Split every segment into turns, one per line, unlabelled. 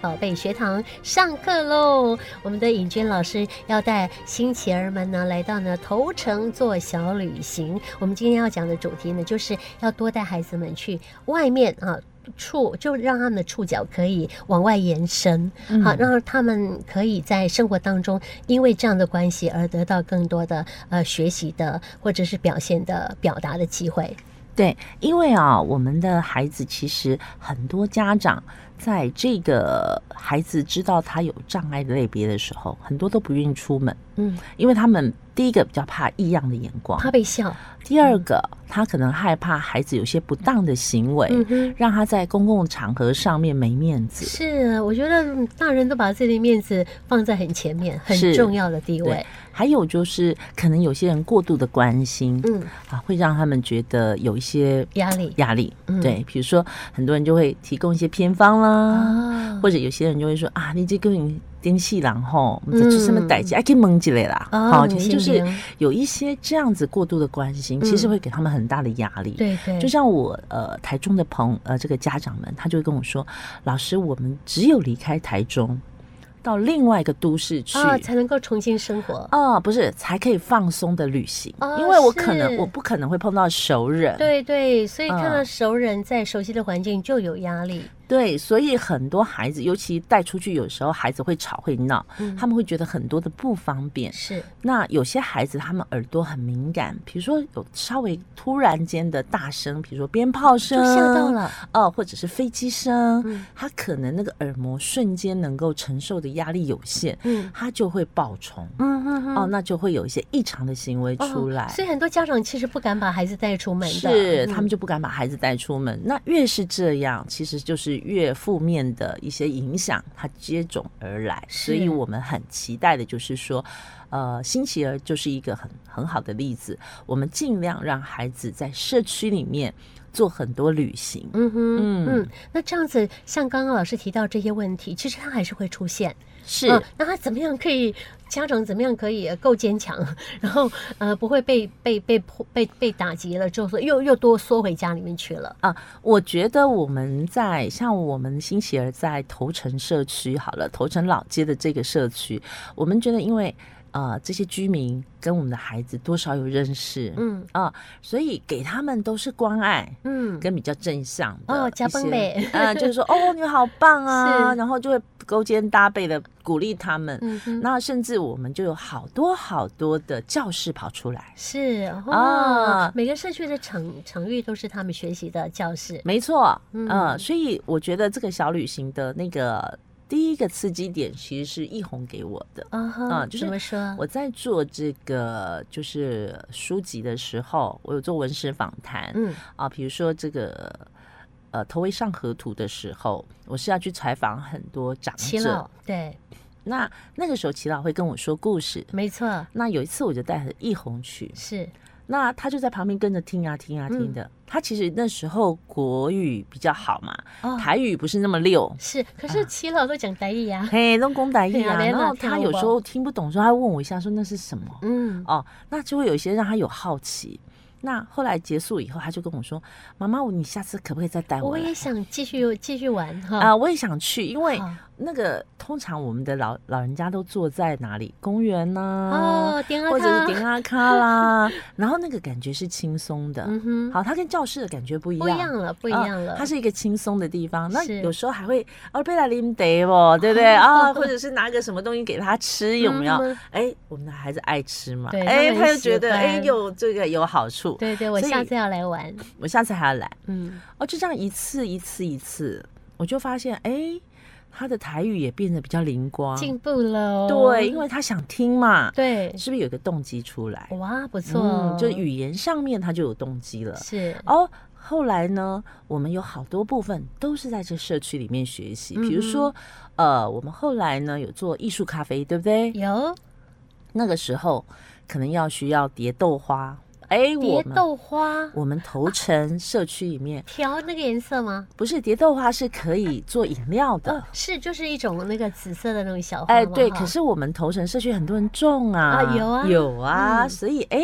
宝贝学堂上课喽！我们的尹娟老师要带新奇儿们呢来到呢头城做小旅行。我们今天要讲的主题呢，就是要多带孩子们去外面啊。触就让他们的触角可以往外延伸，
嗯
好、让他们可以在生活当中因为这样的关系而得到更多的呃学习的或者是表现的表达的机会。
对，因为啊，我们的孩子其实很多家长在这个孩子知道他有障碍类别的时候，很多都不愿意出门，
嗯，
因为他们第一个比较怕异样的眼光，
怕被笑，
第二个他可能害怕孩子有些不当的行为，
嗯哼。
让他在公共场合上面没面子。
是，我觉得嗯大人都把自己的面子放在很前面，很
是
重要的地位
对。，还有就是可能有些人过度的关心、
嗯，
啊，会让他们觉得有一些
压力
压力。
嗯
对，比如说很多人就会提供一些偏方啦，
啊，
或者有些人就会说啊，你这个人丁细郎吼，你这什么代志，还啊可以蒙起来啦。
嗯哦
好
你
其
信
实就是
明
有一些这样子过度的关心，
嗯
其实会给他们很大的压力。
对对，
就像我呃台中的朋呃这个家长们，他就会跟我说，老师，我们只有离开台中，到另外一个都市去，
啊，才能够重新生活。
哦，不是，才可以放松的旅行，
哦
因为我可能
是
我不可能会碰到熟人，
对对，所以看到
嗯
熟人在熟悉的环境就有压力。
对所以很多孩子，尤其带出去，有时候孩子会吵会闹，
嗯
他们会觉得很多的不方便。
是
那有些孩子他们耳朵很敏感，比如说有稍微突然间的大声，比如说鞭炮
就
声，
吓到了，
哦、或者是飞机声，
嗯
他可能那个耳膜瞬间能够承受的压力有限，
嗯
他就会爆冲。
嗯嗯嗯
哦，那就会有一些异常的行为
哦
出来，
所以很多家长其实不敢把孩子带出门的，嗯
是，他们
就
就不敢把孩子带出门。那越是这样，其实就是越负面的一些影响，它接踵而来。所以
是
我们很期待的就是说，呃，新奇儿就是一个很很好的例子。我们尽量让孩子在社区里面做很多旅行。
嗯哼嗯
嗯
那这样子，像刚刚老师提到这些问题，其实他还是会出现。
是，
嗯那他怎么样可以？家长怎么样可以呃够坚强， 然后呃不会被被被迫被被打击了之后，又又多缩回家里面去了。
我觉得我们在像我们新奇儿在头城社区好了，头城老街的这个社区，我们觉得因为呃这些居民跟我们的孩子多少有认识，
嗯
啊、所以给他们都是关爱。
嗯，
跟比较正向的
哦
一
加班
些
呗
嗯，就是说哦，你好棒啊，
是
然后就会勾肩搭背的鼓励他们。
嗯哼，
那甚至我们就有好多好多的教室跑出来，
是哦，
啊
每个社区的场场域都是他们学习的教室。
没错，
嗯
嗯、所以我觉得这个小旅行的那个第一个刺激点，其实是易红给我的。
啊哈，
嗯就是
怎么说？
我在做这个就是书籍的时候，我有做文史访谈，
嗯
啊，比如说这个呃投喂上河图的时候，我是要去采访很多长
齐
者。
老对，
那那个时候，齐老会跟我说故事。
没错，
那有一次，我就带着易红去，
是
那他就在旁边跟着听啊听啊听
嗯
的。他其实那时候国语比较好嘛，
哦，
台啊语不是那 么溜。
是，可是齐老都讲台语 呀、
嘿，弄公台
嘿
语
啊
啊，
连
然后
了跳
他有
舞
时候听不懂的时候，他问我一下，说那是什么？
嗯，
哦，那就会有一些让他有好奇。那后来结束以后，他就跟我说：“妈妈，我你下次可不可以再带我
我
来
也想继续继续玩哈。
啊、我也想去，因为
好
那个通常我们的老老人家都坐在哪里？公园呐、
哦，点了
嗯或者是
它，
顶阿 卡啦，然后那个感觉是轻松的。
嗯哼，
好，它跟教室的感觉不一
不
样，
一样了，不一
啊
样了，
它是一个轻松的地方。那
是
有时候还会哦，贝拉林德 哦，对不对啊？或者是拿个什么东西给他吃，有没有
嗯？
哎，我们的孩子爱吃嘛，
对
哎，
他们
他
很
就觉
喜
得
欢
哎，有这个有好处。
对对，我
所以
下次要来玩，
我下次还要来
嗯，
哦，就这样一次一次一次，我就发现哎，他的台语也变得比较灵光。
进步了哦，
啊对，因为他想听嘛，
对，
是不是有一个动机出来？嗯
哇，不错哦，
就是语言上面他就有动机了。
是
哦，后来呢，我们有好多部分都是在这社区里面学习，
嗯
比如说，呃，我们后来呢有做艺术咖啡，对不对？
有
那个时候可能要需要叠豆花，哎，我
蝶
们
豆花
我们头城社区里面
调那个颜色吗？
不是蝶豆花是可以做饮料的
呃，，是就是一种那个紫色的那种小花
哎，
嘛
对，
哈
可是我们头城社区很多人种啊，
啊有啊
有啊，
嗯
所以哎，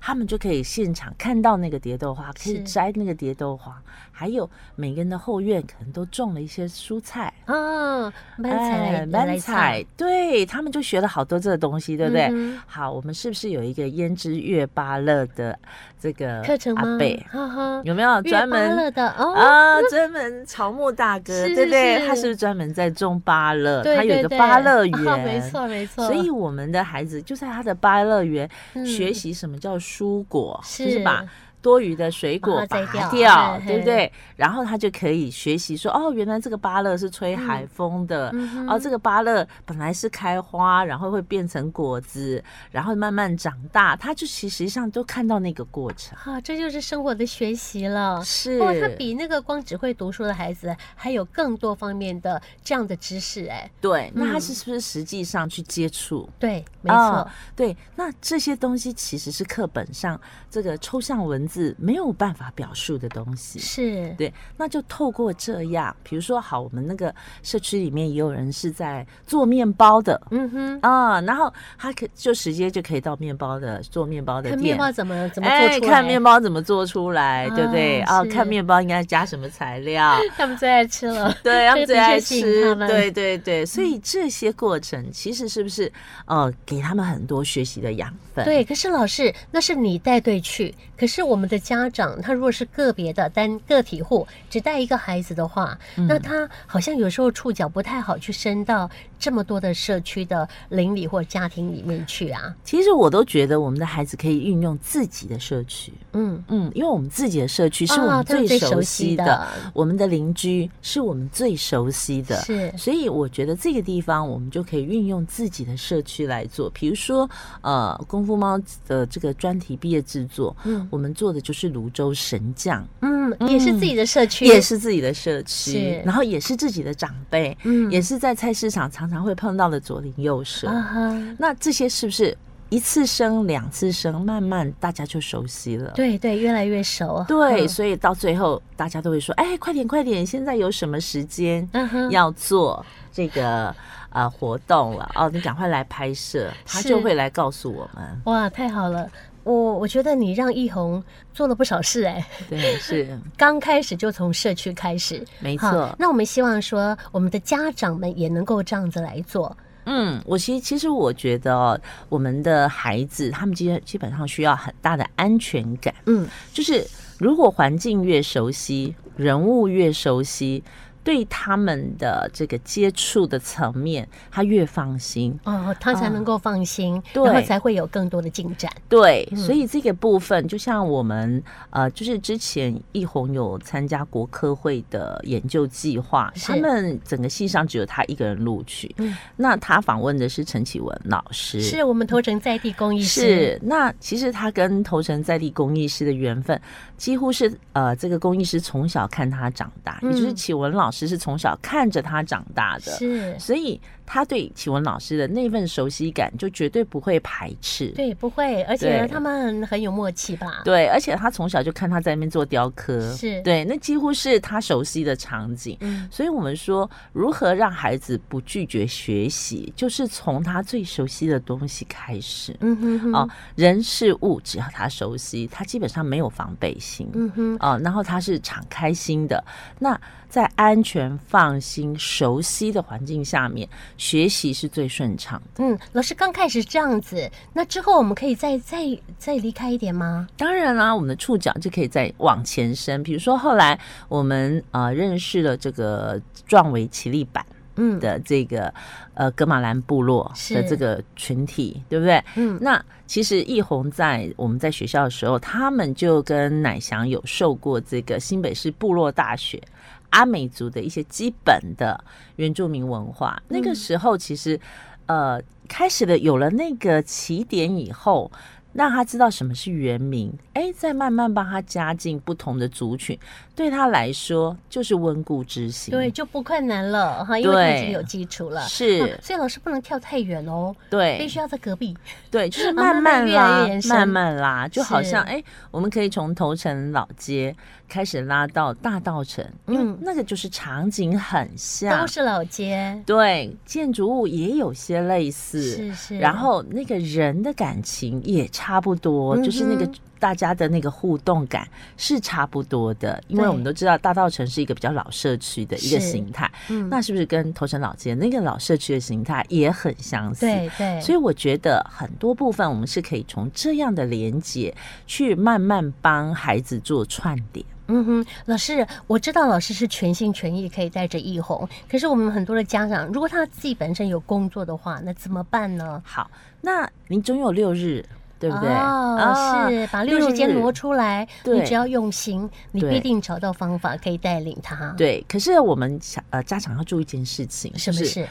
他们就可以现场看到那个蝶豆花，可以
是
摘那个蝶豆花，还有每个人的后院可能都种了一些蔬菜，
啊，班彩来
班
来
哎彩，对他们就学了好多这个东西，对不对？
嗯
好，我们是不是有一个胭脂月芭乐的这个
课程吗
阿？贝？
哈哈，
有没有
月
专
芭
门
乐的哦，
啊，专门草木大哥，
是
对不对？
是
他是不是专门在种芭乐？
对
他有一
对
个
对
芭乐
啊
园，
没。错没错，
所以我们的孩子就在他的芭乐园
嗯
学习什么叫蔬果，就是是把多余的水果
把它
拔
摘掉嘿嘿
对不对？然后他就可以学习说，哦，原来这个芭乐是吹海风的，
嗯
哦，这个芭乐本来是开花，然后会变成果子，然后慢慢长大，他就其实上都看到那个过程。
啊，这就是生活的学习了。
是，
哇，哦他比那个光只会读书的孩子还有更多方面的这样的知识哎，
对，那他
嗯
是不是实际上去接触？
对，没错
啊，对，那这些东西其实是课本上这个抽象文字没有办法表述的东西。
是，
对，那就透过这样，比如说，好，我们那个社区里面也有人是在做面包的
嗯哼，
啊、然后他可就直接就可以到面包的做面包的
看
店，
面包怎么怎么做
哎，
出来，
看面包怎么做出来，对不对？
啊
啊，
是
看面包应该加什么材 料，
他们最爱吃了，这
对，他
个
们
的
最
确
爱
吸引
吃
他，们嗯
对对对，所以这些过程其实是不是呃，给他们很多学习的养分？
对，可是老师，那是你带队去，可是我们的家长，他如果是个别的单个体户，只带一个孩子的话，
嗯
那他好像有时候触角不太好去伸到这么多的社区的邻里或家庭里面去啊。
其实我都觉得我们的孩子可以运用自己的社区，
嗯，
嗯，因为我们自己的社区是我
啊
们
他们最
最熟
熟
悉
悉
的，
的
我们的邻居是我们最熟悉的，
是
所以我觉得这个地方我们就可以运用自己的社区来做，比如说呃，功夫猫的这个专题毕业制作，
嗯
我们做的就是泸州神将，
嗯，也是自己的社区，
也是自己的社区
是，
然后也是自己的长辈，
嗯
也是在菜市场常常会碰到的左邻右舍，
啊哈。
那这些是不是一次生、两次生，慢慢大家就熟悉了？
对对，越来越熟。
对，
嗯
所以到最后大家都会说：“哎，快点，快点！现在有什么时间
嗯哼，
要做这个呃活动了？哦，你赶快来拍摄。”他
是
就会来告诉我们。
哇，太好了！我我觉得你让易红做了不少事哎，
对，是
刚开始就从社区开始，
没
好
错，。
那我们希望说，我们的家长们也能够这样子来做。
嗯，我其实其实我觉得哦、我们的孩子他们基基本上需要很大的安全感。
嗯，
就是如果环境越熟悉，人物越熟悉，对他们的这个接触的层面，他越放心。
哦，他才能够放心，
哦对
然后才会有更多的进展。
对，
嗯
所以这个部分就像我们呃，就是之前易红有参加国科会的研究计划，
是
他们整个系上只有他一个人录取。
嗯
那他访问的是陈启文老师，
是我们头城在地公益师，
是，那其实他跟头城在地公益师的缘分，几乎是呃，这个公益师从小看他长大，也就是
嗯
启文老师是从小看着他长大的，
是，
所以他对启文老师的那份熟悉感就绝对不会排斥。
对，不会，而且
对
他们很很有默契吧？
对，而且他从小就看他在那边做雕刻，
是
对，那几乎是他熟悉的场景。
嗯，
所以我们说，如何让孩子不拒绝学习，就是从他最熟悉的东西开始。
嗯哼哼，
哦，人事物只要他熟悉，他基本上没有防备心。
嗯哼，
哦，然后他是敞开心的。那在安全、放心、熟悉的环境下面，学习是最顺畅的。
嗯，老师刚开始这样子，那之后我们可以再再再离开一点吗？
当然啦、我们的触角就可以再往前伸。比如说，后来我们呃认识了这个壮维奇力版
嗯，
的这个呃格马兰部落的
是
这个群体，对不对？
嗯，
那其实易红在我们在学校的时候，他们就跟乃翔有受过这个新北市部落大学阿美族的一些基本的原住民文化。那个时候其实，呃，开始的有了那个起点以后。让他知道什么是原名，哎，再慢慢帮他加进不同的族群，对他来说就是温故知新。
对，，就不困难了哈，因为他已经
对
有基础了。
是
啊，所以老师不能跳太远哦，必
对
须要在隔壁。
对，就是
啊慢
慢
慢
慢
越来越
拉
延，伸
慢慢拉，就好
是
像哎，我们可以从头城老街开始拉到大道城，因为
嗯
那个就是场景很像
都，是老街，
对，建筑物也有些类似，
是是。
然后那个人的感情也差不
嗯
多，
哼
就是那个大家的那个互动感是差不多的，因为
对
我们都知道大道城是一个比较老社区的一
是
个形态，
嗯，
那是不是跟头城老街那个老社区的形态也很相似？
对对，
所以我觉得很多部分我们是可以从这样的连接去慢慢帮孩子做串联。
嗯哼，老师，我知道老师是全心全意可以带着易红，可是我们很多的家长，如果他自己本身有工作的话，那怎么办呢？
好，那您总有六日，对不对？
哦，
啊
是把六时间
六日
挪出来，
对
你只要用心，你
对
必定找到方法可以带领他。，
对，可是我们想呃，家长要注意一件事情，
什么
就是
事？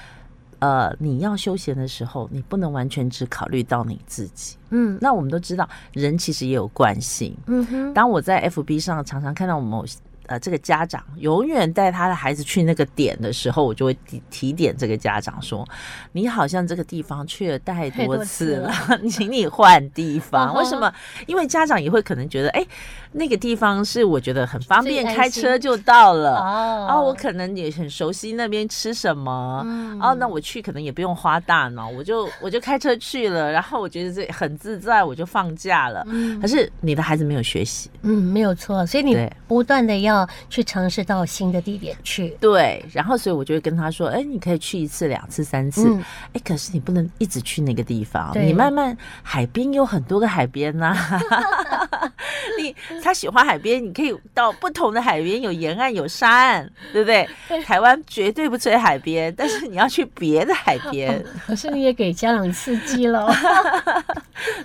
呃，你要休闲的时候，你不能完全只考虑到你自己。
嗯
那我们都知道，人其实也有惯性。
嗯哼，
当我在 FB 上常常看到某呃这个家长永远带他的孩子去那个点的时候，我就会提提点这个家长说：“你好像这个地方去了太
太
多
多
次
次
了，请你换地
嗯
方。”
哼
为什么？因为家长也会可能觉得，哎、那个地方是我觉得很方便，
最安
开
心
车就到了。
哦
哦，我可能也很熟悉那边吃什么，
嗯
哦，那我去可能也不用花大脑，我就我就开车去了，然后我觉得这很自在，我就放假了。
嗯
可是你的孩子没有学习，
嗯，没有错，所以你
对
不断的要去尝试到新的地点 去。
对，然后所以我就会跟他说，哎，你可以去一次、两次、三次，
嗯，
哎，可是你不能一直去那个地方，
对
你慢慢海边有很多个海边呐、 你他喜欢海边，你可以到不同的海边，有沿岸有沙岸，对不对？台湾绝对不吹海边，但是你要去别的海边，
老师你也给家长刺激了。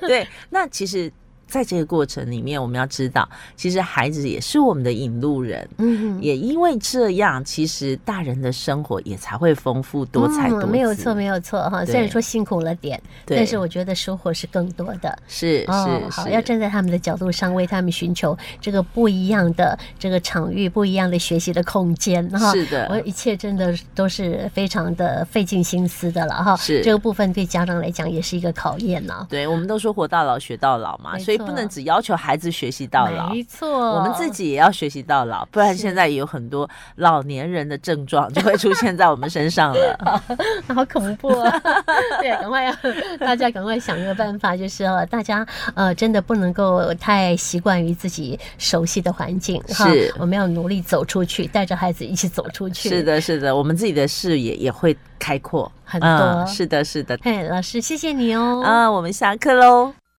对。那其实。在这个过程里面，我们要知道，其实孩子也是我们的引路人，
嗯，
也因为这样，其实大人的生活也才会丰富多彩多姿。
嗯没有错，没有错哈。虽然
对
说辛苦了点，
对
但是我觉得收获是更多的。
是
哦，
是
好，
是，
要站在他们的角度上，为他们寻求这个不一样的这个场域、不一样的学习的空间哈。
是
我
的，
一切真的都是非常的费尽心思的了哈。
是
这个部分对家长来讲也是一个考验呢、
对，我们都说活到老学到老嘛，
没
所以不
错
能只要求孩子学习到老。
没错，
我们 自己也要学习到老，不然
是
现在也有很多老年人的症状就会出现在我们身 上了。
好恐怖啊！对，赶快要 大家赶快想个办法，就是哦，大家呃真的不能够太习惯于自己熟悉的环境哈
是，
我们要努力走出去，带着孩子一起走出去。
是，的，是的，我们自己的视野也会开阔
很
嗯
多
是的，是的，
嘿，老师谢谢你哦。
啊啊，我们下课喽。